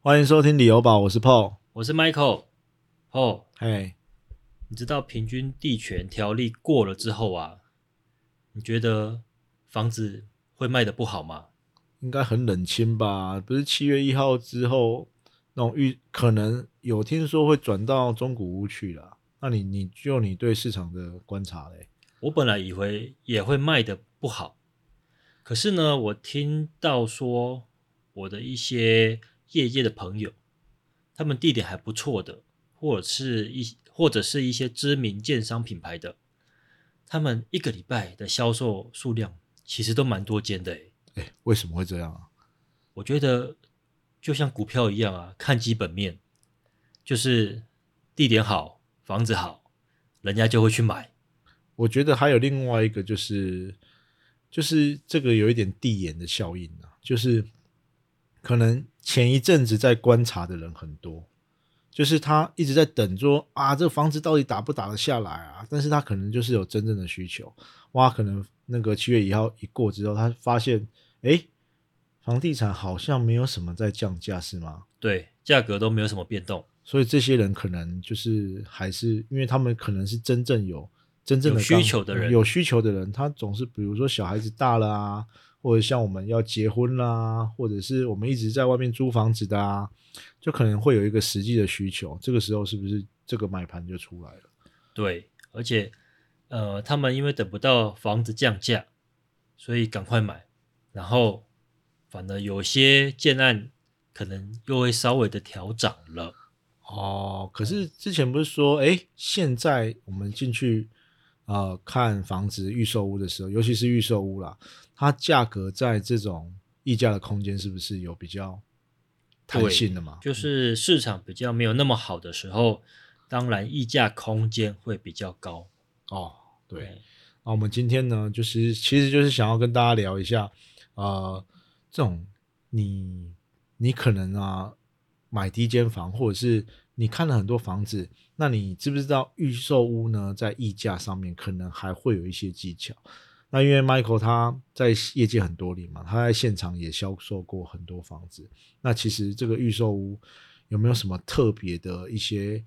欢迎收听旅游宝，我是 Paul。我是 Michael。哦，嘿，你知道平均地权条例过了之后啊，你觉得房子会卖的不好吗？应该很冷清吧？不是七月一号之后那种预，可能有听说会转到中古屋去了。那你你就你对市场的观察嘞？我本来以为也会卖的不好，可是呢，我听到说我的一些业界的朋友，他们地点还不错的，或者是一或者是一些知名建商品牌的，他们一个礼拜的销售数量其实都蛮多间的诶。欸哎，为什么会这样啊？我觉得就像股票一样啊，看基本面，就是地点好，房子好，人家就会去买。我觉得还有另外一个就是，就是这个有一点递延的效应啊，就是可能前一阵子在观察的人很多，就是他一直在等说啊，这个房子到底打不打得下来啊？但是他可能就是有真正的需求，哇，可能那个七月一号一过之后，他发现诶，房地产好像没有什么在降价，是吗？对，价格都没有什么变动，所以这些人可能就是还是因为他们可能是真正有真正的有需刚嗯求的人有需求的人，他总是比如说小孩子大了啊，或者像我们要结婚啦，或者是我们一直在外面租房子的啊，就可能会有一个实际的需求。这个时候是不是这个买盘就出来了？对，而且呃，他们因为等不到房子降价，所以赶快买，然后反而有些建案可能又会稍微的调涨了。哦，可是之前不是说，哎，现在我们进去呃看房子预售屋的时候，尤其是预售屋啦，它价格在这种溢价的空间是不是有比较弹对性的嘛？就是市场比较没有那么好的时候，当然溢价空间会比较高。哦，对。啊那我们今天呢，就是其实就是想要跟大家聊一下，呃，这种你你可能啊买第一间房，或者是你看了很多房子，那你知不知道预售屋呢在溢价上面可能还会有一些技巧？那因为 Michael 他在业界很多年嘛，他在现场也销售过很多房子。那其实这个预售屋有没有什么特别的一些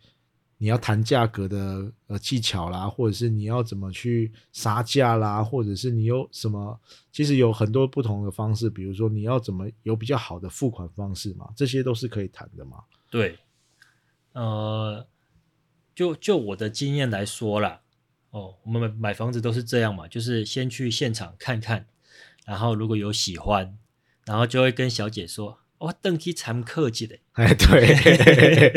你要谈价格的呃技巧啦，或者是你要怎么去杀价啦，或者是你有什么？其实有很多不同的方式，比如说你要怎么有比较好的付款方式嘛，这些都是可以谈的嘛。对，呃，就就我的经验来说啦，哦，我们买买房子都是这样嘛，就是先去现场看看，然后如果有喜欢，然后就会跟小姐说，哦，邓去参客去的，哎， 对，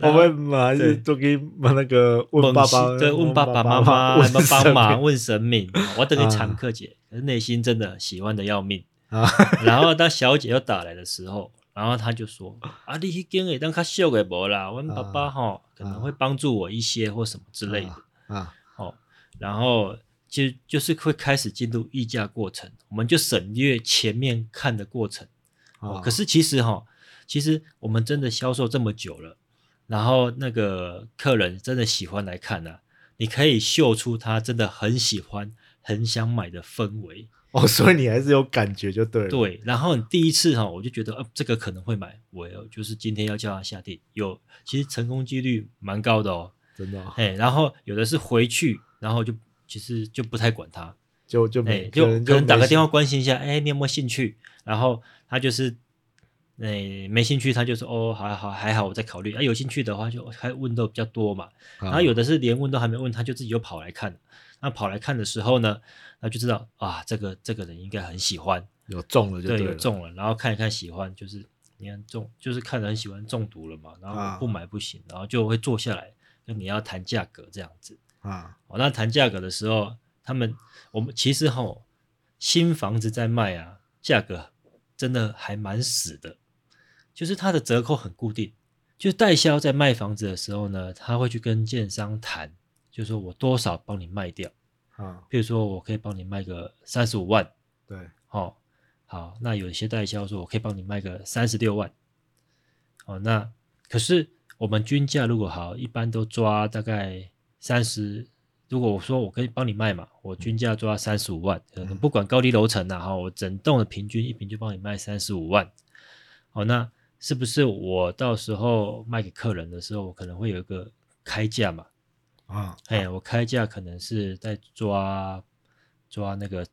我们嘛对是都给那个问爸爸，对，问爸爸妈妈有没有帮忙，问神啊明，我等去参客去，可是内心真的喜欢的要 命。啊，然后当小姐又打来的时候，然后她就说：“啊，你去间会当较小的无啦，阮爸爸吼可能会帮助我一些或什么之类的。啊，哦，然后其实就是会开始进入议价过程，我们就省略前面看的过程。哦啊，可是其实哈、其实我们真的销售这么久了，然后那个客人真的喜欢来看呢、你可以秀出他真的很喜欢、很想买的氛围。哦，所以你还是有感觉就对了。对，然后你第一次哈、我就觉得，呃，这个可能会买，我要就是今天要叫他下定，有其实成功几率蛮高的哦，真的哦、哎，然后有的是回去，然后就其实就不太管他，就就没、哎，就可能可就能打没个事电话关心一下，哎，你有没有兴趣？然后他就是，哎，没兴趣，他就说，哦，还好还好，我在考虑。啊，有兴趣的话就还问的比较多嘛，啊然后有的是连问都还没问，他就自己就跑来看了。那跑来看的时候呢，那就知道啊，这个这个人应该很喜欢，有中了就对，了，有中了，然后看一看喜欢，就是你看中，就是看得很喜欢中毒了嘛，然啊后不买不行，然后就会坐下来跟你要谈价格这样子。啊，哦，那谈价格的时候，他们我们其实吼新房子在卖啊，价格真的还蛮死的，就是它的折扣很固定。就是代销在卖房子的时候呢，他会去跟建商谈，就说我多少帮你卖掉，啊，譬如说我可以帮你卖个三十五万，对，哦，好，那有一些代销说我可以帮你卖个三十六万，哦，那可是我们均价如果好，一般都抓大概三十。如果我说我可以帮你卖嘛，我均价抓三十五万，呃可能啊不管高低楼层呐、哈、我整栋的平均一平就帮你卖三十五万。好，那是不是我到时候卖给客人的时候，我可能会有一个开价嘛？啊，哎，我开价可能是在抓抓那个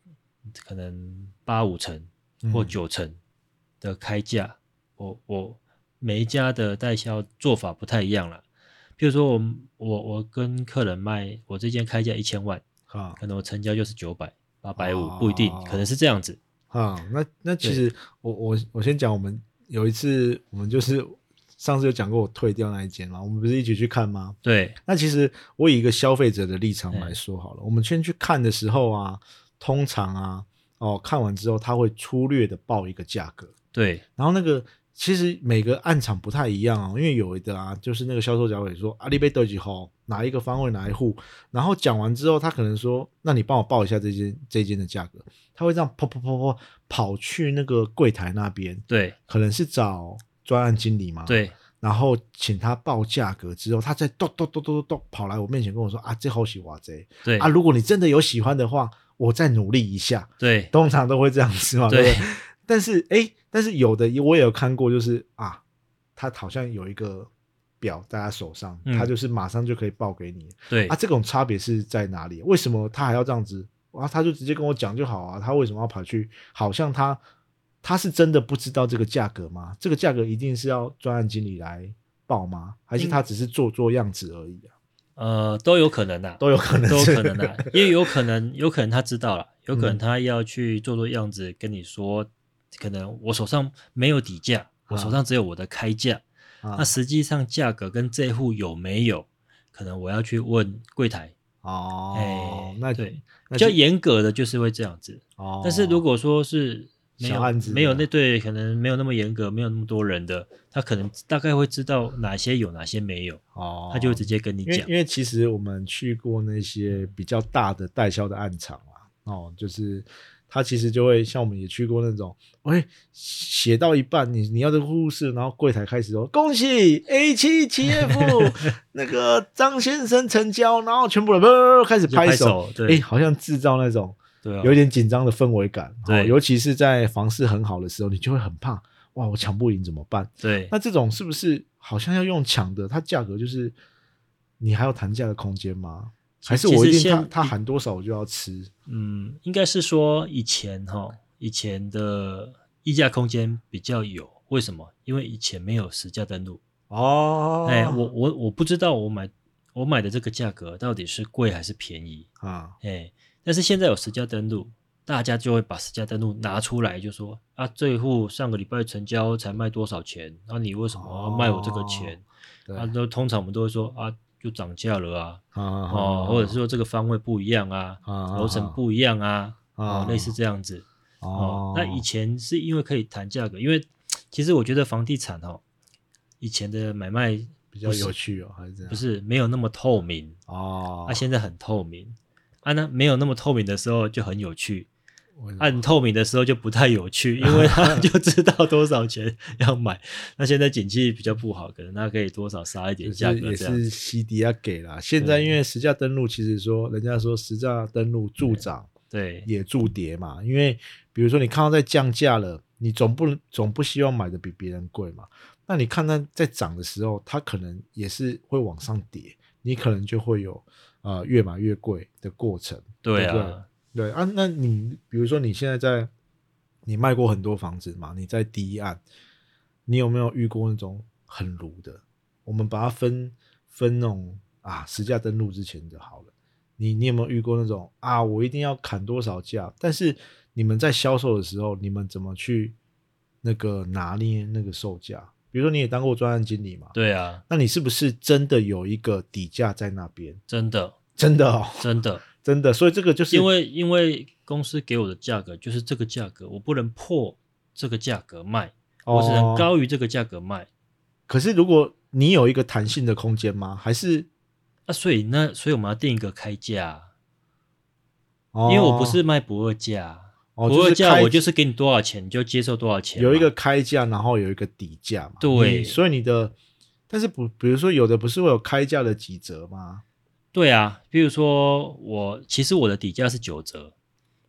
可能八五成或嗯九成的开价。我我每一家的代销做法不太一样啦。比如说我们我我跟客人卖，我这间开价一千万，啊可能我成交就是九百八百五，不一定，可能是这样子。啊，那那其实我我我先讲，我们有一次我们就是上次有讲过我退掉那一间嘛，我们不是一起去看吗？对，那其实我以一个消费者的立场嗯来说好了，我们先去看的时候啊，通常啊，哦，看完之后他会粗略的报一个价格，对，然后那个其实每个案场不太一样哦，因为有的啊，就是那个销售小姐说啊阿里贝德几号哪一个方位哪一户，然后讲完之后，他可能说，那你帮我报一下这间这间的价格，他会这样跑跑跑跑跑去那个柜台那边，对，可能是找专案经理嘛，，对，然后请他报价格之后，他再咚咚咚咚咚咚跑来我面前跟我说啊，这好喜欢这对，啊，如果你真的有喜欢的话，我再努力一下，对，通常都会这样子嘛，对对不对？但是哎、诶但是有的我也有看过，就是啊，他好像有一个表在他手上，嗯他就是马上就可以报给你、对啊。，这种差别是在哪里？为什么他还要这样子？啊，他就直接跟我讲就好啊，他为什么要跑去？好像他他是真的不知道这个价格吗？这个价格一定是要专案经理来报吗？还嗯是他只是做做样子而已啊？呃，都有可能呐、都有可能，都有可能啊的、因为有可能，有可能他知道了，有嗯可能他要去做做样子，跟你说，可能我手上没有底价，我手上只有我的开价， 啊那实际上价格跟这户有没有，可能我要去问柜台。哦哎，那对，那比较就严格的就是会这样子，哦，但是如果说是没小有案子没有的那对可能没有那么严格，没有那么多人的，他可能大概会知道哪些有，哪些没有，哦，他就会直接跟你因为讲因。为其实我们去过那些比较大的代销的暗场啊，哦，就是他其实就会像我们也去过那种，哎，写到一半你你要这个护士，然后柜台开始说恭喜 A 七七 F 那个张先生成交，然后全部人呃开始就拍拍手，手，哎，对好像制造那种对啊，有点紧张的氛围感，哦，对尤其是在房市很好的时候，你就会很怕，哇，我抢不赢怎么办？对那这种是不是好像要用抢的？它价格就是你还有谈价的空间吗？其还是我一其定实他现他喊多少我就要吃？嗯，应该是说以前哈，以前的溢价空间比较有，为什么？因为以前没有实价登录。哦哎、我我我不知道我买我买的这个价格到底是贵还是便宜，啊哎、但是现在有实价登录，大家就会把实价登录拿出来，就说啊，这一户上个礼拜成交才卖多少钱，那、你为什么要卖我这个钱？哦对啊，都通常我们都会说啊，就涨价了啊，啊哦，或者是说这个方位不一样啊，啊楼层不一样啊，啊哦，类似这样子。哦哦，，那以前是因为可以谈价格，因为其实我觉得房地产哦，以前的买卖比较有趣哦，还是这样不是没有那么透明，哦啊，现在很透明。啊，那没有那么透明的时候就很有趣，我啊，很透明的时候就不太有趣，因为他就知道多少钱要买。那现在景气比较不好，可能他可以多少杀一点就价是格也这样。是 CD 要给啦。现在对因为实价登录，其实说人家说实价登录助涨对也助跌嘛，因为比如说你看到在降价了，你总不能总不希望买的比别人贵嘛。那你看它在涨的时候，它可能也是会往上跌，你可能就会有呃越买越贵的过程。对对不对啊，对啊，那你比如说你现在在你卖过很多房子嘛，你在第一案，你有没有遇过那种很炉的？我们把它分分那种啊，实价登录之前的好了。你你有没有遇过那种啊，我一定要砍多少价？但是你们在销售的时候，你们怎么去那个拿捏那个售价？比如说你也当过专案经理嘛，对啊，那你是不是真的有一个底价在那边？真的真的哦， 真的。真的，所以这个就是因为因为公司给我的价格就是这个价格，我不能破这个价格卖，我只能哦高于这个价格卖。可是如果你有一个弹性的空间吗？还是、啊，所以那所以我们要定一个开价，哦因为我不是卖不二价，哦，不二就是价开我就是给你多少钱你就接受多少钱嘛，有一个开价，然后有一个底价嘛。对你所以你的，但是不，比如说有的不是会有开价的几折吗？对啊，比如说我其实我的底价是九折，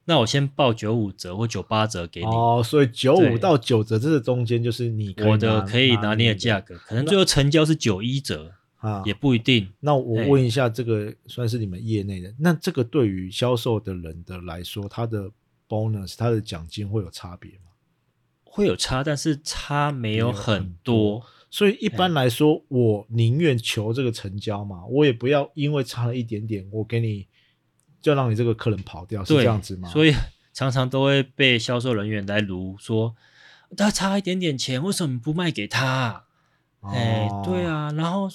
那我先报九五折或九八折给你，哦，所以九五对到九折这个中间就是你可以我的拿可以拿捏的的价格，可能最后成交是九一折，啊也不一定。那我哎问一下，这个算是你们业内的，那这个对于销售的人的来说，他的 bonus 他的奖金会有差别吗？会有差，但是差没有没有很很多。所以一般来说，我宁愿求这个成交嘛，我也不要因为差了一点点，我给你就让你这个客人跑掉，是对，这样子吗？所以以常常都会被销售人员来撸说，他差一点点钱，为什么不卖给他？哦哎、对，啊，然后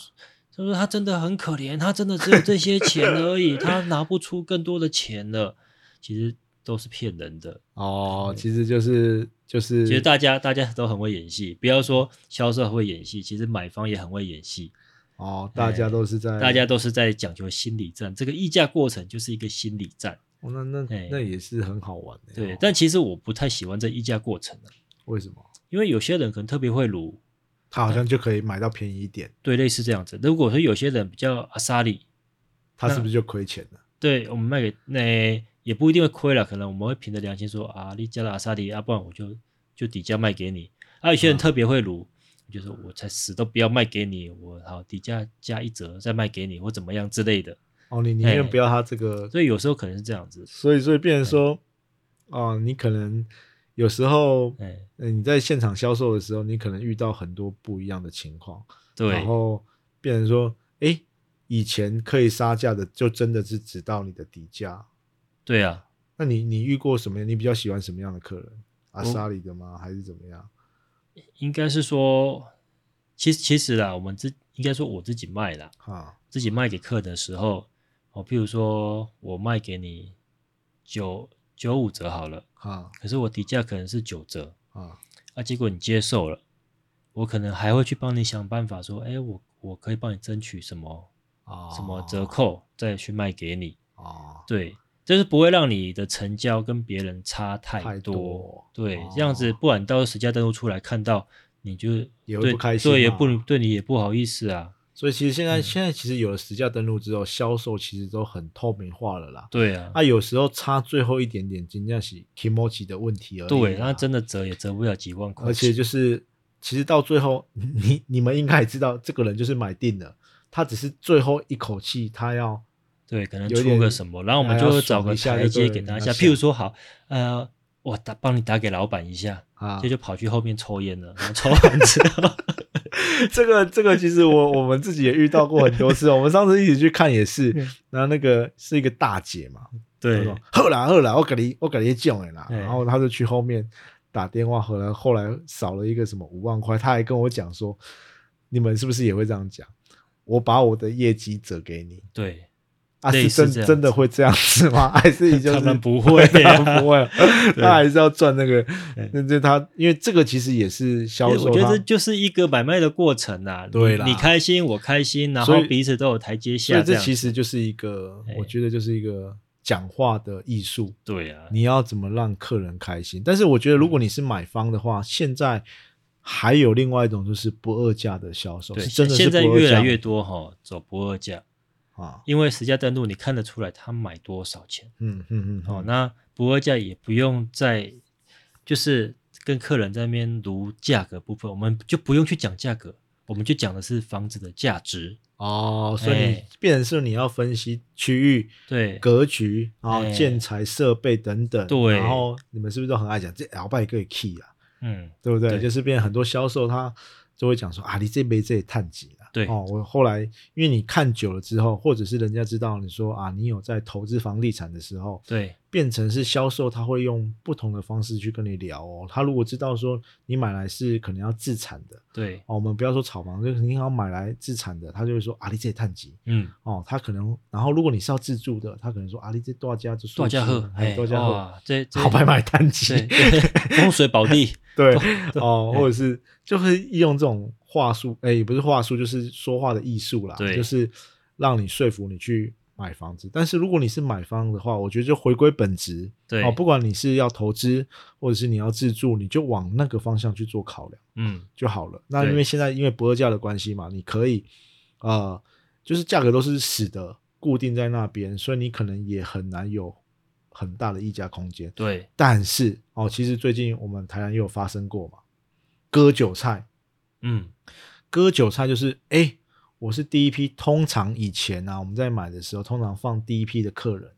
就说他真的很可怜，他真的只有这些钱 而已，他拿不出更多的钱了。其实都是骗人的。哦，其实就是就是，其实大家大家都很会演戏，不要说销售会演戏，其实买方也很会演戏。哦，大家都是在大家都是在讲求心理战，这个议价过程就是一个心理战。哦那那哎那也是很好玩的、对，哦但其实我不太喜欢这议价过程、啊、为什么因为有些人可能特别会撸，他好像就可以买到便宜一点，对，类似这样子。如果说有些人比较啊阿萨里，他是不嗯是就亏钱了？对我们卖给那、也不一定会亏了，可能我们会凭着良心说啊，你加了阿萨里，啊，不然我就就底价卖给你。啊，有些嗯人特别会撸，就说我才死都不要卖给你，我好底价加一折再卖给你，或怎么样之类的。哦，你宁愿哎不要他这个，所以有时候可能是这样子，所以所以变成说，哦，你可能有时候。哎、呃你在现场销售的时候，你可能遇到很多不一样的情况，对然，后变成说，哎，以前可以杀价的，就真的是只到你的底价。对啊，那你你遇过什么？你比较喜欢什么样的客人？阿我莎里的吗？还是怎么样？应该是说，其实其实啦，我们自应该说我自己卖啦，哈，自己卖给客人的时候，哦，譬如说我卖给你九九五折好了，哈，可是我底价可能是九折，哈，啊，结果你接受了，我可能还会去帮你想办法说，哎，我我可以帮你争取什么啊什么折扣，再去卖给你，啊？对。就是不会让你的成交跟别人差太太多对，哦这样子不然到时候实价登录出来看到，你就也会对不开心对，也嘛不对你也不好意思啊，所以其实现在、现在其实有了实价登录之后，销售其实都很透明化了啦。对啊，啊，有时候差最后一点点，仅仅是 k i m o c h i 的问题而已啦。对，那真的折也折不了几万块啊钱，而且就是，其实到最后，你你们应该也知道，这个人就是买定了，他只是最后一口气，他要对，可能有点出个什么，然后我们还就要会找爽个一下台就阶对给了他你下，要譬如想说好，呃，我打帮你打给老板一下，啊这，就跑去后面抽烟了，然后 抽完之后，这个这个，其实我我们自己也遇到过很多次，哦我们上次一起去看也是，然后那个是一个大姐嘛，她对说，喝啦喝啦，我给你我给你讲的啦，哎然后他就去后面打电话，后来后来少了一个什么五万块，他还跟我讲说，你们是不是也会这样讲？我把我的业绩折给你，对，啊，类是似真这样真的子会这样子吗？ 还是你就是当然 不会啊当然不会， 对他还是要赚那个对，那这他因为这个其实也是销售我他，觉得这就是一个买卖的过程啊，对你你啦开心，我开心，然所后以彼此都有台阶所下，以这这样其子，实就是一个哎，我觉得就是一个讲话的艺术，对啊，你要怎么让客人开心？但是我觉得如果嗯你是买方的话，现在还有另外一种就是不二价的销售，对，是真的是现在不二越来价越多哈、走不二价，啊，因为实价登录你看得出来他买多少钱。嗯嗯嗯，哦，那不二价也不用再就是跟客人在那边读价格部分，我们就不用去讲价格，我们就讲的是房子的价值。哦，所以你哎变成是你要分析区域。对，格局啊、哎建材设备等等。对然后你们是不是都很爱讲这鳌拜个 key 啊？嗯，对不对？对就是变成很多销售他就会讲说啊，你这杯这也探几了。对哦，我后来因为你看久了之后，或者是人家知道你说啊，你有在投资房地产的时候，对，变成是销售，他会用不同的方式去跟你聊哦。他如果知道说你买来是可能要自产的对，哦，我们不要说炒房，就是你要买来自产的，他就会说啊，你这也探几。嗯，哦，他可能，然后如果你是要自住的，他可能说啊，你这多少家就多少家喝？哦哎，多少家喝，哇，这这好拍卖单对，机，对风水宝 地， 对，哦，或者是就是用这种话术，哎，也不是话术，就是说话的艺术啦，对就是让你说服你去买房子。但是如果你是买方的话，我觉得就回归本质，对哦，不管你是要投资或者是你要自住，你就往那个方向去做考量。嗯，就好了。那对因为现在因为不二价的关系嘛，你可以呃，就是价格都是死的，固定在那边，所以你可能也很难有很大的溢价空间。对，但是哦，其实最近我们台南也有发生过嘛，割韭菜，嗯，割韭菜就是哎、诶我是第一批，通常以前啊，我们在买的时候，通常放第一批的客人，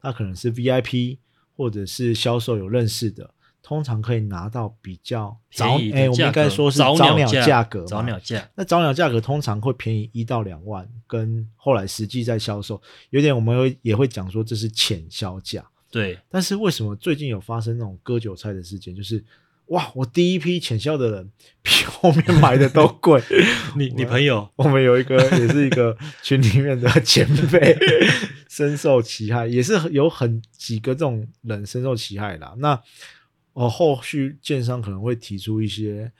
他可能是 VIP 或者是销售有认识的，通常可以拿到比较早，便宜的哎、我们价应该格说是早鸟价价格嘛，早鸟价，那早鸟价格通常会便宜一到两万，跟后来实际在销售有点，我们会也会讲说这是潜销价。对，但是为什么最近有发生那种割韭菜的事件？就是哇，我第一批潜销的人比后面买的都贵。 你你朋友，我们有一个也是一个群里面的前辈，深受其害，也是有很几个这种人深受其害啦。那呃，后续建商可能会提出一些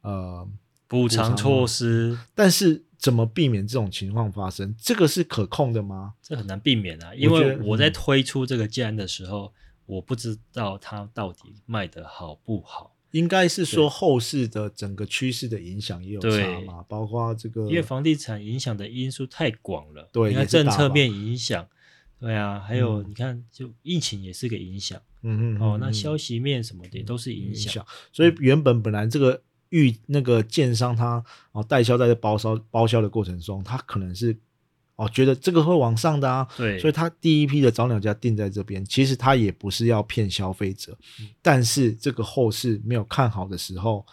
呃补偿措施，但是怎么避免这种情况发生？这个是可控的吗？这很难避免啊，因我觉为得我在嗯推出这个建案的时候，我不知道它到底卖的好不好，应该是说后市的整个趋势的影响也有差对嘛，包括这个因为房地产影响的因素太广了，对你看也是政大策吧面影响，对啊，还有嗯你看就疫情也是个影响，嗯嗯哦，那消消息面什么的也都是影影响，响，所以原本本来这个预那个建商他哦代销在这包销包销的过程中，他可能是哦觉得这个会往上的啊，对，所以他第一批的早鸟价定在这边，其实他也不是要骗消费者，嗯但是这个后市没有看好的时候，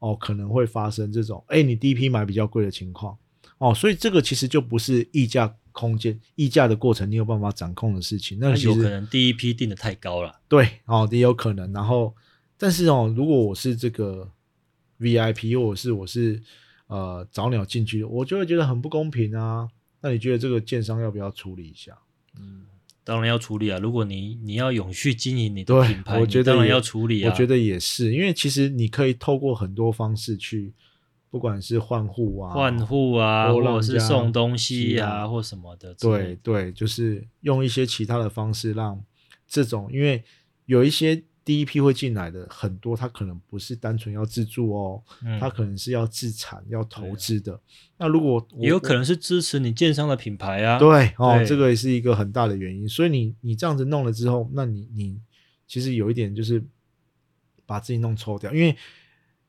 哦，可能会发生这种，哎，你第一批买比较贵的情况，哦，所以这个其实就不是溢价空间、溢价的过程，你有办法掌控的事情，那它其有可实能第一批定的太高了，对哦，也有可能。然后，但是哦，如果我是这个 VIP，或者是我是呃早鸟进去的，我就会觉得很不公平啊。那你觉得这个建商要不要处理一下？当然要处理啊。如果你你要永续经营你的对品牌，我你觉得当然也要处理啊。我觉得也是，因为其实你可以透过很多方式去，不管是换户啊，换户啊，波或浪者是加送东西是啊，啊或什么的之类对的。对，就是用一些其他的方式让这种，因为有一些第一批会进来的很多，他可能不是单纯要自住哦，嗯，他可能是要自产、要对投啊资的。那如果我也有可能是支持你建商的品牌啊。对哦，对这个也是一个很大的原因。所以你你这样子弄了之后，那你你其实有一点就是把自己弄抽掉，因为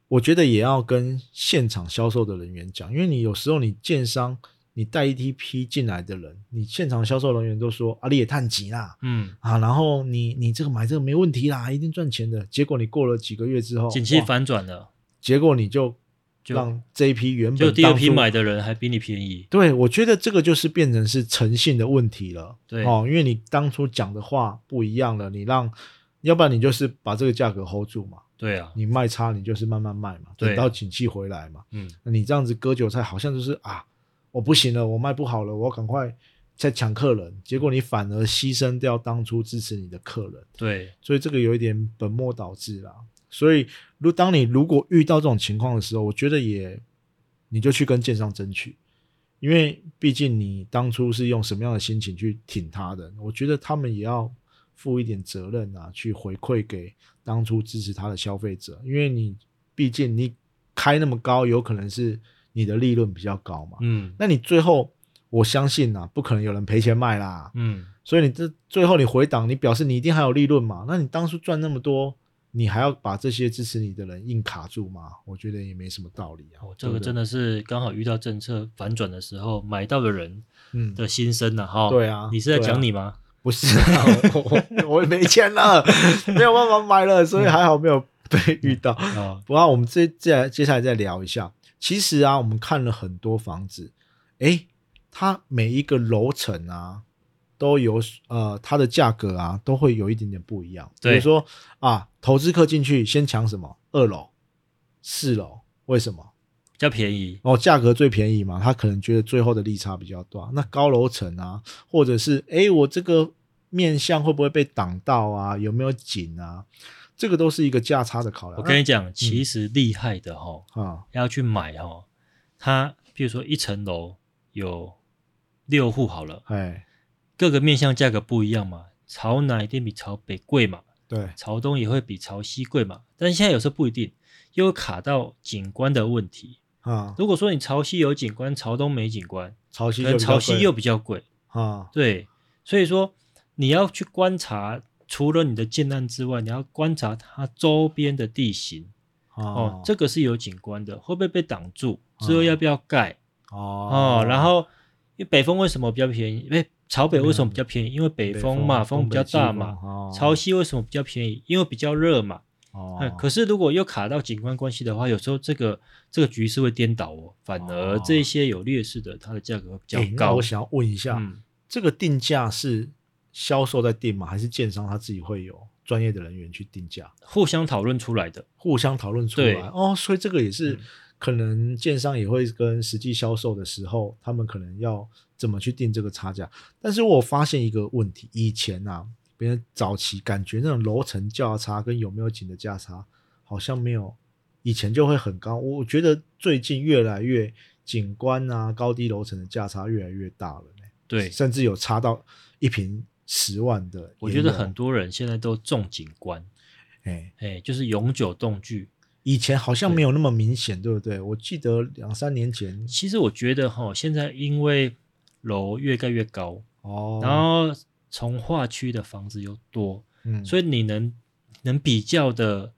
我觉得也要跟现场销售的人员讲，因为你有时候你建商你带一批批进来的人，你现场销售人员都说啊，你也探急啦嗯，啊，然后你你这个买这个没问题啦，一定赚钱的。结果你过了几个月之后，景气哦哇反转了，结果你就就让这一批原就本第二当批初买的人还比你便宜。对，我觉得这个就是变成是诚信的问题了。对哦，因为你当初讲的话不一样了，你让，要不然你就是把这个价格 hold 住嘛，对啊，你卖差你就是慢慢卖嘛，对等到景气回来嘛。嗯，那你这样子割韭菜，好像就是啊，我不行了，我卖不好了，我要赶快再抢客人，结果你反而牺牲掉当初支持你的客人。对，所以这个有一点本末倒置啦。所以，如当你如果遇到这种情况的时候，我觉得也你就去跟建商争取，因为毕竟你当初是用什么样的心情去挺他的，我觉得他们也要负一点责任啊，去回馈给当初支持他的消费者，因为你毕竟你开那么高，有可能是你的利润比较高嘛。嗯那你最后，我相信啊，不可能有人赔钱卖啦。嗯，所以你这最后你回档，你表示你一定还有利润嘛？那你当初赚那么多，你还要把这些支持你的人硬卡住吗？我觉得也没什么道理啊。哦，这个真的，的是刚好遇到政策反转的时候，买到的人嗯，的心声呐，哈。对啊你是在对啊讲你吗？不是、啊，我我我也没钱了，没有办法买了，所以还好没有被遇到。啊，不过我们接接下来接下来再聊一下。其实啊，我们看了很多房子，诶，它每一个楼层啊，都有呃，它的价格啊，都会有一点点不一样。比对如说啊，投资客进去先抢什么？二楼、四楼，为什么？比较便宜。哦，价格最便宜嘛，他可能觉得最后的利差比较大。那高楼层啊，或者是诶，我这个面向会不会被挡到啊？有没有紧啊？这个都是一个价差的考量。我跟你讲，其实厉害的哈，那啊，要去买哈，它比如说一层楼有六户好了，哎，各个面向价格不一样嘛，朝南一定比朝北贵嘛，对，朝东也会比朝西贵嘛，但是现在有时候不一定，又有卡到景观的问题。啊，如果说你朝西有景观，朝东没景观，潮可汐就能比较朝西贵又比较贵，啊，对，所以说你要去观察除了你的建案之外，你要观察它周边的地形哦，这个是有景观的，会不会被挡住？之后要不要盖？哦哦，然后因为北风为什么比较便宜？因为朝北为什么比较便宜？因为北风啊嘛，风比较大嘛。，超潮汐为什么比较便宜？因为比较热嘛。哦嗯，可是如果又卡到景观关系的话，有时候这个这个局势会颠倒哦，反而哦这一些有劣势的，它的价格会比较诶哎那高我。想要问一下，嗯，这个定价是销售在定吗？还是建商他自己会有专业的人员去定价，互相讨论出来的。互相讨论出对来？哦，所以这个也是嗯可能建商也会跟实际销售的时候，他们可能要怎么去定这个差价。但是我发现一个问题，以前啊，别人早期感觉那种楼层价差跟有没有景的价差好像没有以前就会很高，我觉得最近越来越景观啊高低楼层的价差越来越大了呢、对，甚至有差到一瓶十万的也有，我觉得哦很多人现在都重景观，哎、哎，就是永久动距。以前好像没有那么明显，对不对？我记得两三年前其实我觉得哈，现在因为楼越盖越高，哦，然后从化区的房子又多，嗯，所以你能能比较的，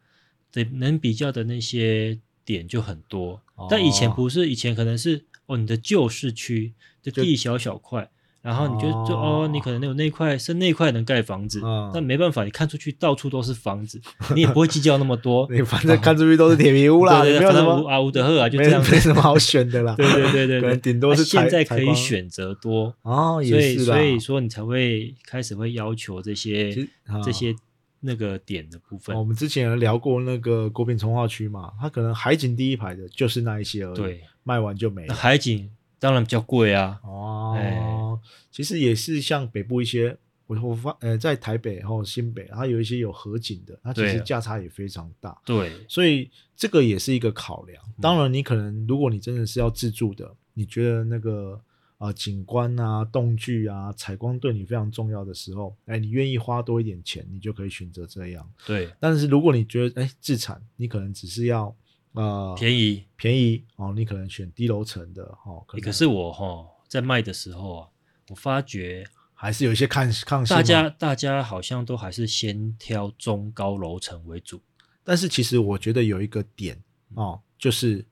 对，能比较的那些点就很多。但以前哦不是，以前可能是哦，你的旧市区的就地小小块，然后你就就哦哦，你可能有那一块是那一块能盖房子，嗯但没办法，你看出去到处都是房子， 你也不会计较那么多 。你反正看出去都是铁皮屋啦，对你对没对，有什反正无么啊无德赫啊，就没这样子没。什么好选的啦。 对对对可对对，能顶多是啊现采在可采以光选择多，哦，所也以是所啦以说你才会开始会要求这些其实啊这些那个点的部分哦我。们之前有聊过那个国品从化区嘛，它可能海景第一排的就是那一些而已，对，卖完就没那 了。海景当然比较贵啊，哦，其实也是像北部一些，我我发呃，在台北然后新北，它有一些有河景的，它其对实啊价差也非常大，对所以这个也是一个考量。当嗯然，你可能如果你真的是要自住的，你觉得那个呃景观啊、动距啊、采光对你非常重要的时候，哎，你愿意花多一点钱，你就可以选择这样。对，但是如果你觉得哎自产，你可能只是要呃便宜。便宜哦，你可能选低楼层的哦，可欸能可是我哈在卖的时候啊，我发觉还是有一些抗抗性嘛。大家大家好像都还是先挑中高楼层为主。但是其实我觉得有一个点嗯哦，就是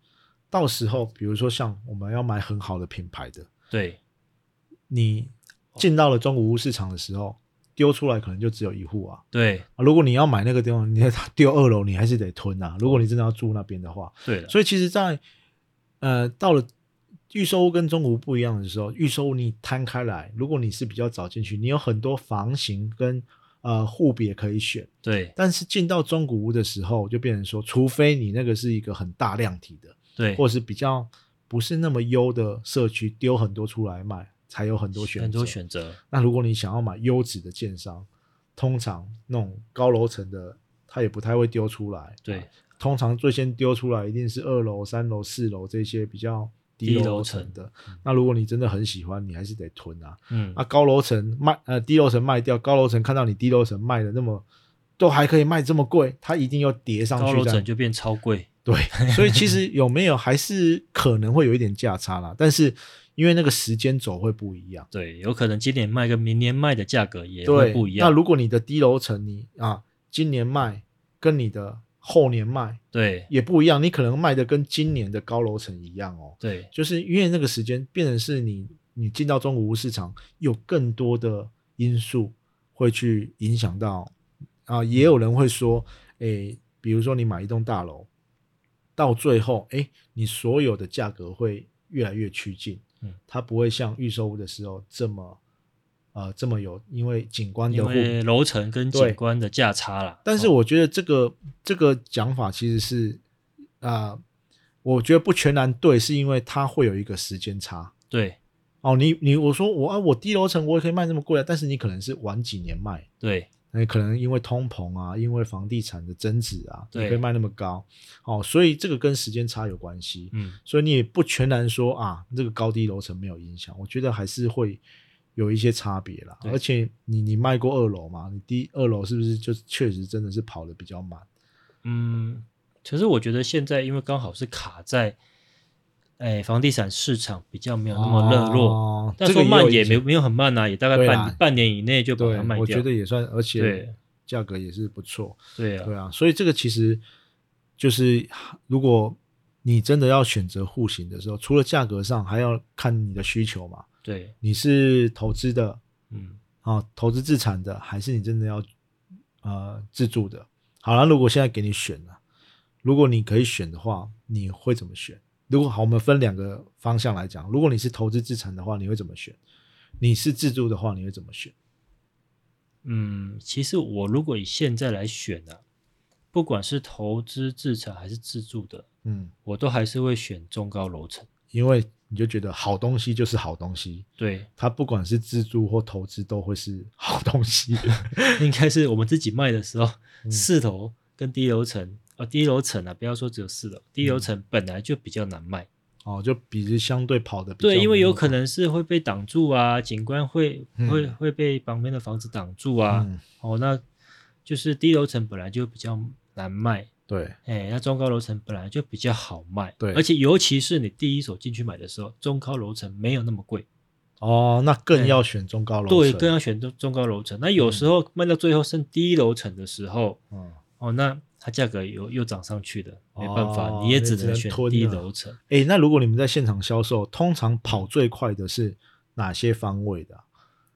到时候比如说像我们要买很好的品牌的，对你进到了中古屋市场的时候，丢出来可能就只有一户啊。对啊如果你要买那个地方，你要丢二楼，你还是得吞啊。如果你真的要住那边的话，对了，所以其实在，呃到了预售屋跟中古屋不一样的时候，预售屋你摊开来，如果你是比较早进去，你有很多房型跟呃户别可以选。对但是进到中古屋的时候，就变成说，除非你那个是一个很大量体的，对，或者是比较不是那么优的社区，丢很多出来卖，才有很多选择。很多选择。那如果你想要买优质的建商，通常那种高楼层的，它也不太会丢出来。对啊通常最先丢出来一定是二楼、三楼、四楼这些比较低低楼楼层层的。那如果你真的很喜欢，你还是得囤啊。嗯啊，高楼层卖呃低楼层卖掉，高楼层看到你低楼层卖的那么都还可以卖这么贵，它一定要叠上高去楼再层就变超贵。 对，所以其实有没有还是可能会有一点价差啦，但是因为那个时间轴会不一样，对，有可能今年卖跟明年卖的价格也对会，不一那样。如果你的低楼层你啊今年卖跟你的后年卖对也不一样，你可能卖的跟今年的高楼层一样哦，对就是因为那个时间变成是你你进到中国市场有更多的因素会去影响到啊，也有人会说，诶、比如说你买一栋大楼，到最后，诶、你所有的价格会越来越趋近，嗯，它不会像预售屋的时候这么呃这么有，因为景观的因互为楼层跟景对观的价差啦。但是哦我觉得这个、这个讲法其实是啊、我觉得不全然对，是因为它会有一个时间差。对哦，你你我说我啊，我低楼层我也可以卖这么贵啊，但是你可能是晚几年卖，对那可能因为通膨啊，因为房地产的增值啊，你对可以卖那么高。哦，所以这个跟时间差有关系，嗯所以你也不全然说啊，这个高低楼层没有影响，我觉得还是会。有一些差别啦，对而且你你卖过二楼嘛？你第二楼是不是就确实真的是跑的比较慢？嗯。其实我觉得现在因为刚好是卡在，哎，房地产市场比较没有那么热络，哦但这个说也慢有也影响没没有很慢啊，也大概对啦半半年以内就把它对，卖掉。我觉得也算，而且对价格也是不错。对啊对，啊，所以这个其实就是，如果你真的要选择户型的时候，除了价格上，还要看你的需求嘛。对，你是投资的嗯，啊，投资自产的，还是你真的要呃自住的？好了，如果现在给你选了、如果你可以选的话，你会怎么选？如果好，我们分两个方向来讲，如果你是投资自产的话，你会怎么选？你是自住的话，你会怎么选？嗯，其实我如果以现在来选呢、啊，不管是投资自产还是自住的，嗯，我都还是会选中高楼层。因为你就觉得好东西就是好东西，对， 它不管是自住或投资都会是好东西。应该是我们自己卖的时候，嗯四楼跟低楼层啊，低楼层啊，不要说只有四楼，低楼层本来就比较难卖。哦，就比如相对跑的比较对，因没为那有么可能是会被挡住啊，景观会会会被旁边的房子挡住啊。嗯哦，那就是低楼层本来就比较难卖，对，哎，那中高楼层本来就比较好卖。对而且尤其是你第一手进去买的时候，中高楼层没有那么贵。哦，那更要选中高楼层，对，更要选中中高楼层。那有时候卖到最后剩低楼层的时候，嗯，哦，那它价格又又涨上去了，没办法，哦你也那只只能能选吞低了楼层。哎，那如果你们在现场销售，通常跑最快的是哪些方位的啊？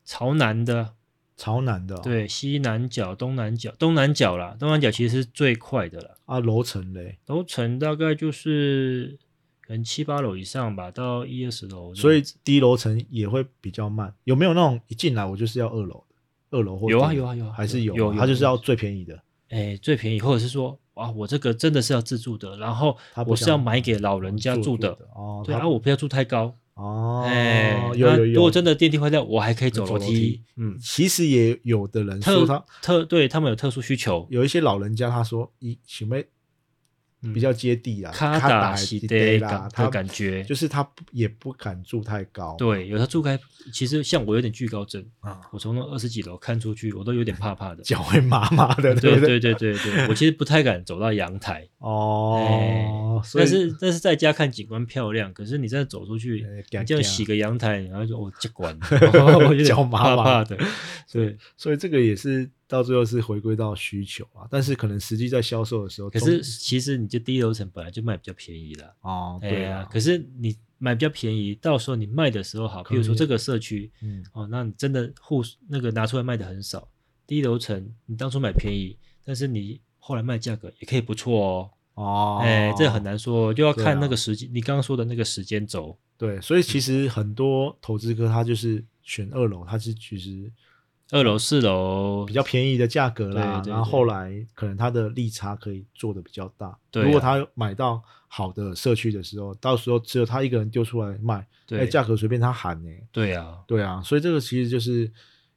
朝南的，朝南的哦、对，西南角、东南角、东南角啦，东南角其实是最快的啦。啊，楼层嘞，楼层大概就是可能七八楼以上吧，到一二十楼这样子。所以低楼层也会比较慢。有没有那种一进来我就是要二楼的，二楼或有啊低楼有啊有啊还是有有有啊，有他就是有要最便宜的。哎，最便宜，或者是说，哇，我这个真的是要自住的，然后他不我是想要买给老人家住的。哦，对他啊，我不要住太高。哦，哎，有那有有，如果真的电梯坏掉，我还可以走走楼楼梯梯。嗯，其实也有的人说他特特对他们有特殊需求，有一些老人家他说一什么嗯比较接地啊，卡打达西西得的啦感，他的感觉。就是他不也不敢住太高，对，有时候住开，其实像我有点惧高症，啊，我从那二十几楼看出去，我都有点怕怕的。脚会麻麻 的，对不对对对对，我其实不太敢走到阳台，哦哎， 所以但是但是在家看景观漂亮，可是你真的走出去哎，你怕这样怕洗个阳台，然后就哦，这管， 我有点脚麻怕麻怕的。对，所以这个也是到最后是回归到需求啊，但是可能实际在销售的时候可中，是其实你这低楼层本来就卖比较便宜啦，哦，哎对呀啊，可是你买比较便宜，到时候你卖的时候好，比如说可以这个社区，嗯，哦，那你真的户那个拿出来卖的很少，低楼层你当初买便宜，但是你后来卖价格也可以不错哦。哦，哎，这很难说，就要对看那啊个时间，你刚刚说的那个时间轴。对，所以其嗯实很多投资客他就是选二楼，他是其实二楼、四楼嗯比较便宜的价格啦，对对然后对后来可能它的利差可以做的比较大。对啊如果他买到好的社区的时候，到时候只有他一个人丢出来卖，哎，对价格随便他喊呢、对啊，对啊，所以这个其实就是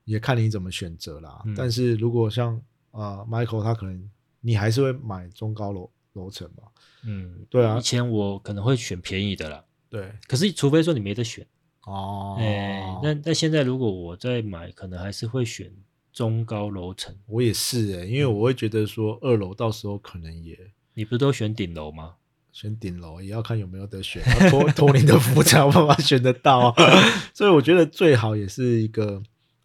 也看你怎么选择啦。嗯但是如果像呃 Michael 他可能你还是会买中高楼楼层嘛，嗯，对啊以前我可能会选便宜的啦，对，可是除非说你没得选，哦，哎，那那现在如果我再买，可能还是会选中高楼层。我也是哎、因为嗯我会觉得说二楼到时候可能也。你不是都选顶楼吗？选顶楼也要看有没有得选，要托托你的福才有办法选得到、啊。 所以我觉得最好也是一个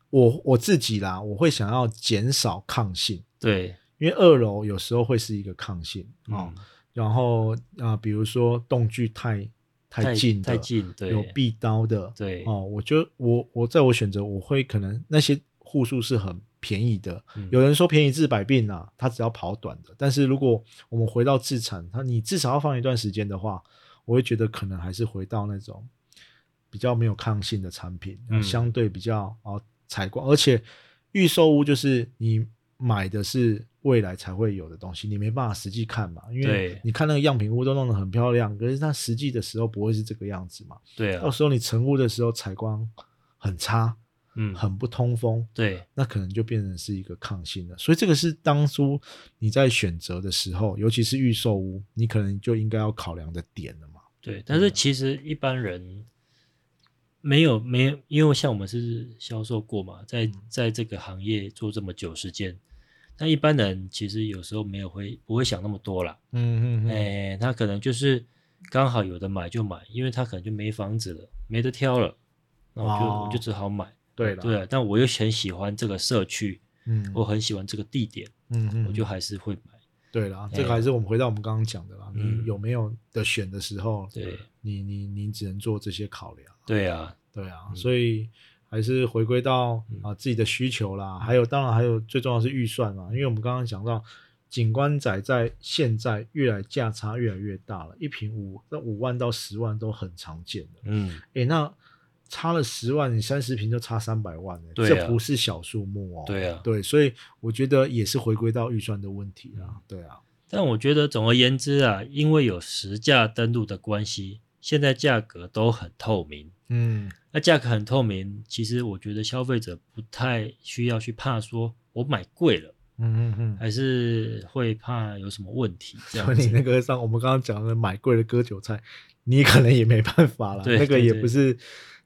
我我自己啦，我会想要减少抗性，对，因为二楼有时候会是一个抗性啊、嗯，然后啊、呃比如说动距太太近的太近，对，有壁刀的，对，哦，我觉得我我在我选择我会可能那些户数是很便宜的，嗯有人说便宜治百病啊，他只要跑短的，但是如果我们回到自产，他你至少要放一段时间的话，我会觉得可能还是回到那种比较没有抗性的产品，嗯相对比较啊采光，而且预售屋就是你买的是。未来才会有的东西，你没办法实际看嘛，因为对你看那个样品屋都弄得很漂亮，可是它实际的时候不会是这个样子嘛。对啊到，时候你晨雾的时候采光很差，嗯，很不通风，对，那可能就变成是一个抗性了。所以这个是当初你在选择的时候，尤其是预售屋，你可能就应该要考量的点了嘛。对，但啊是其实一般人没有没有，因为像我们是销售过嘛，嗯在在这个行业做这么久时间，那一般人其实有时候没有会不会想那么多啦，嗯哎，他可能就是刚好有的买就买，因为他可能就没房子了，没得挑了，那我就、我就哦只好买，对了，对啊，但我又很喜欢这个社区，嗯，呃我很喜欢这个地点，嗯嗯，我就还是会买。对啦，哎这个还是我们回到我们刚刚讲的啦，嗯你有没有的选的时候，对你你你只能做这些考量，对啊，对啊，嗯所以还是回归到嗯啊自己的需求啦，还有当然还有最重要的是预算嘛，因为我们刚刚讲到景观仔在现在越来价差越来越大了，一瓶五那五万到十万都很常见的，嗯，诶，那差了十万，你三十平就差三百万、欸，对啊这不是小数目哦。对啊对，所以我觉得也是回归到预算的问题嗯啦。对啊，但我觉得总而言之啊，因为有实价登录的关系，现在价格都很透明。嗯那价格很透明，其实我觉得消费者不太需要去怕说我买贵了，嗯嗯嗯。还是会怕有什么问题这所样以你那子。个上我们刚刚讲的买贵了割韭菜，你可能也没办法啦。对那个也对不是，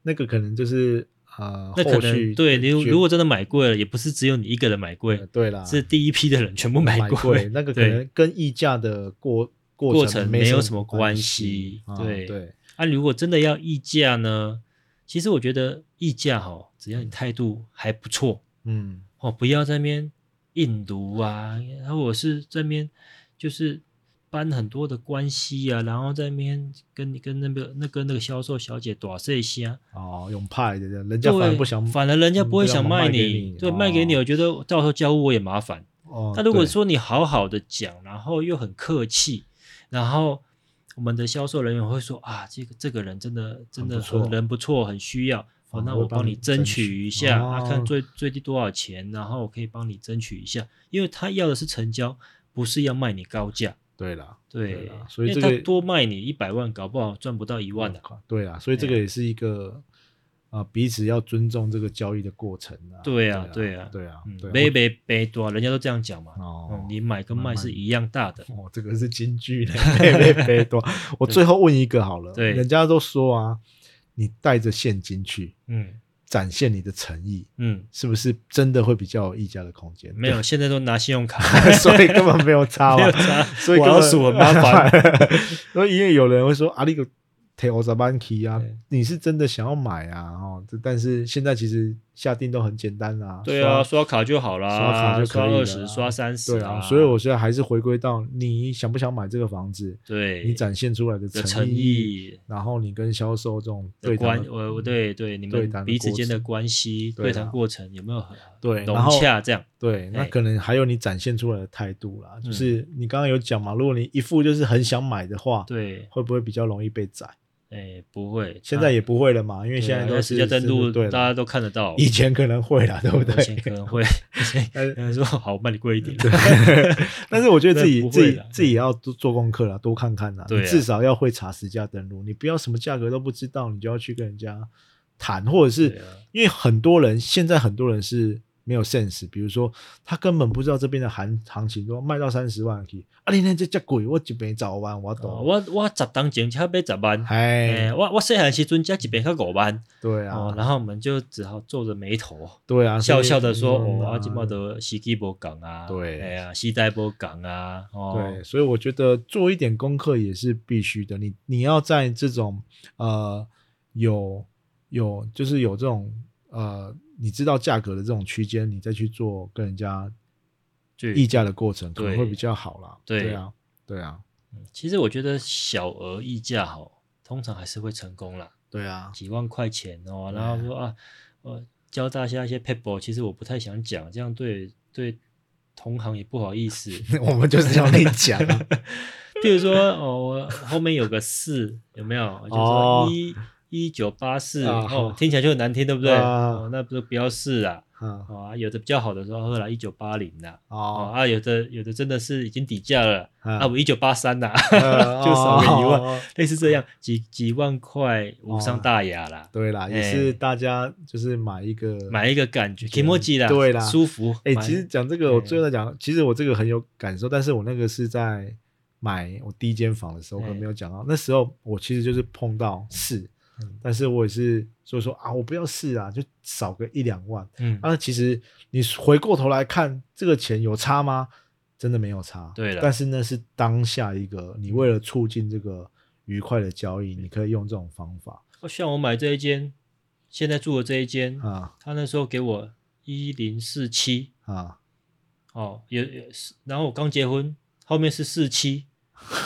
那个可能就是呃，那可后续能对你决如果真的买贵了，也不是只有你一个人买贵呃，对啦，是第一批的人全部买买贵，那个可对能跟议价的过过过程程没没有什什么关关系啊对对，啊，如果真的要议价呢，其实我觉得议价哈，只要你态度还不错嗯哦，不要在那边硬读啊，或者是这边就是搬很多的关系啊，然后在那边跟你跟那个那跟那个销售小姐打这些啊，哦，用派的人家反而不想，反而人家嗯不会不想想卖卖给你，你对，卖给你，哦我觉得到时候交屋我也麻烦。哦，那如果对说你好好的讲，然后又很客气，然后我们的销售人员会说啊，这个这个人真的真很的不错很人不错，很需要。哦，哦那我我帮帮你你争争取取一下，啊，看哦最最低多少钱，然后我可以帮你争取一下，因为他要的是成交，不是要卖你高价。对啦，对对啦，所以因这为个他多卖你一百万，搞不好赚不到一万啊的、哦对啦，所以这个也是一个啊、呃彼此要尊重这个交易的过程啊。对啊对对啊对啊嗯，，对没啊没没多啊，人家都这样讲嘛。哦嗯，，你买跟慢卖慢是一样大的。哦，这个是金句呢， 贝贝贝多。我最后问一个好了，对人家都说啊，你带着现金去嗯展现你的诚意，嗯，是不是真的会比较有溢价的空间？没有，现在都拿信用卡。对， 所以根本没有差没嘛有。差，所以我根要本。数很麻烦。所以因为有人会说啊，你个 t a o z a b a n k i 啊对，你是真的想要买啊？哦，这但是现在其实下定都很简单啦、对啊，刷。刷卡就好啦，刷卡就刷可以二了十、啊刷三十对啊，所以我现在还是回归到你想不想买这个房子，对你展现出来的的诚诚意然后你跟销售这种的对嗯关谈，的我我对对你对们谈的彼此过间的程关系、对对啊谈过程有没有很对然融后洽？这样对，那哎可能还有你展现出来的态度啦，嗯就是你刚刚有讲嘛，如果你一副就是很想买的话，对，会不会比较容易被宰？哎，不会，现他在也不会了嘛，因为对啊现在因都为是实价登是录，对大了家都看得 到，以前可能会啦，对不我以前可对？能会，以前但 有人说好，我卖你贵一点， 但是我觉得 自己不会自己啦自己也要多做功课啦，多看看啦。对啊你至少要会查实价登录，你不要什么价格都不知道，你就要去跟人家谈，或者 对是啊因为很多人现在很多人是没有 sense，比如说他根本不知道这边的行行情，说卖到三十万去，啊，你那这这贵，我一边找完我哦 懂，我我十当前才买十万，哎哎，，我我细汉时阵才一边才五万，对哦啊，，然后我们就只好皱着眉头。对啊，笑所以笑的说：“嗯哦，阿啊金茂的时机无港啊，对哎呀，时代无港啊，哦对，，所以我觉得做一点功课也是必须的。你你要在这种呃有有就是有这种呃你知道价格的这种区间，你再去做跟人家对议价的过程，可能对会比较好啦。对啊，对啊，其实我觉得小额议价哈，通常还是会成功啦，对啊， 几万块钱哦，对然后说啊，我教大家一些 paper，其实我不太想讲，这样对对同行也不好意思。我们 就是要你讲啊、 譬如说哦，我后面有个四，有没有？就哦说一一九八四，啊哦好，听起来就很难听，对不对？啊哦，那不不要试啊， 嗯，哦啊，有的比较好的说，后来一九八零啦。”哦哦，啊，有的有的真的是已经底价了，嗯 啊，我一九八三呐，呃 就少个一万，哦类似这样几几万块无伤大雅啦，对啦，也哎是大家就是买一个买一个感觉 i m o j i 啦，对啦舒服。哎、买其实讲这个，我哎最后再讲，其实我这个很有感受，但是我那个是在买我第一间房的时候，可能哎没有讲到。那时候我其实就是碰到试，嗯但是我也是所以说啊，我不要试啊，就少个一两万。嗯，啊，其实你回过头来看，这个钱有差吗？真的没有差。对啦但是那是当下一个，你为了促进这个愉快的交易，你可以用这种方法我像我买这一间，现在住的这一间，啊。他那时候给我一零四七， 啊， 哦，也也是。然后我刚结婚，后面是四七，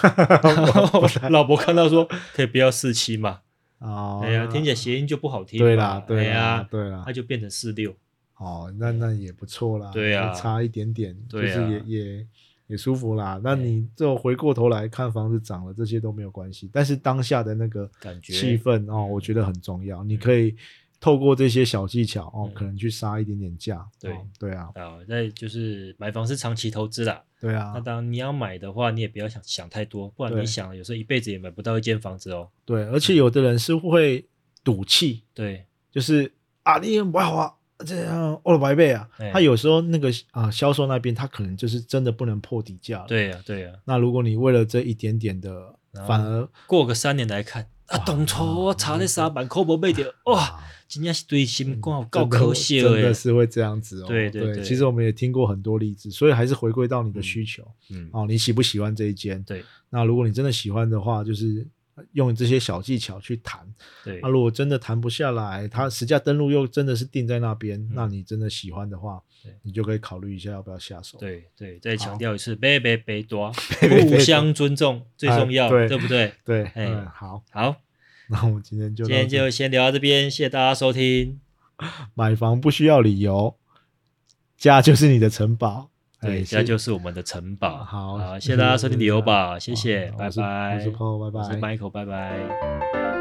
然后哦我老婆看到说可以不要四七嘛，哦，哎呀，听起来谐音就不好听嘛。对啦，对哎啦呀，，对啦它，就变成四六。哦，那那也不错啦，啊对啊就差一点点，对就啊是也也也舒服啦。那对你最后回过头来看房子涨了，这些都没有关系，但是当下的那个感觉嗯气氛哦，我觉得很重要。你可以透过这些小技巧哦嗯，可能去杀一点点价。对哦对啊，啊，那就是买房是长期投资啦。对那啊，当然你要买的话，你也不要想想太多，不然对你想了，有时候一辈子也买不到一间房子哦。对，而且有的人是会赌气，对，就是啊，你不好啊。这样欧了白倍啊哎！他有时候那个啊、销售那边他可能就是真的不能破底价了。对呀、啊对呀、那如果你为了这一点点的然，后反而过个三年来看，啊，哇当初我查那三万块无买到，哇，真正是对心肝有啊够可嗯惜真的真的的。欸是会这样子哦。对对对对其实我们也听过很多例子，所以还是回归到你的嗯需求、嗯，哦，你喜不喜欢这一间？对那如果你真的喜欢的话，就是用这些小技巧去谈。对啊那如果真的谈不下来，它实价登录又真的是定在那边，那你真的喜欢的话嗯对，你就可以考虑一下要不要下手。对对，再强调一次，别别 别多，别别互相尊重最重要，哎对对不对？对，哎嗯，好， 好，那我们今天就今到天这就先聊到这边，谢谢大家收听。买房不需要理由，家就是你的城堡。对，哎这是就是我们的城堡。好谢谢大家收听旅游吧，谢谢谢谢，大拜家拜。我是我是 Paul，拜拜我是 Michael，拜拜。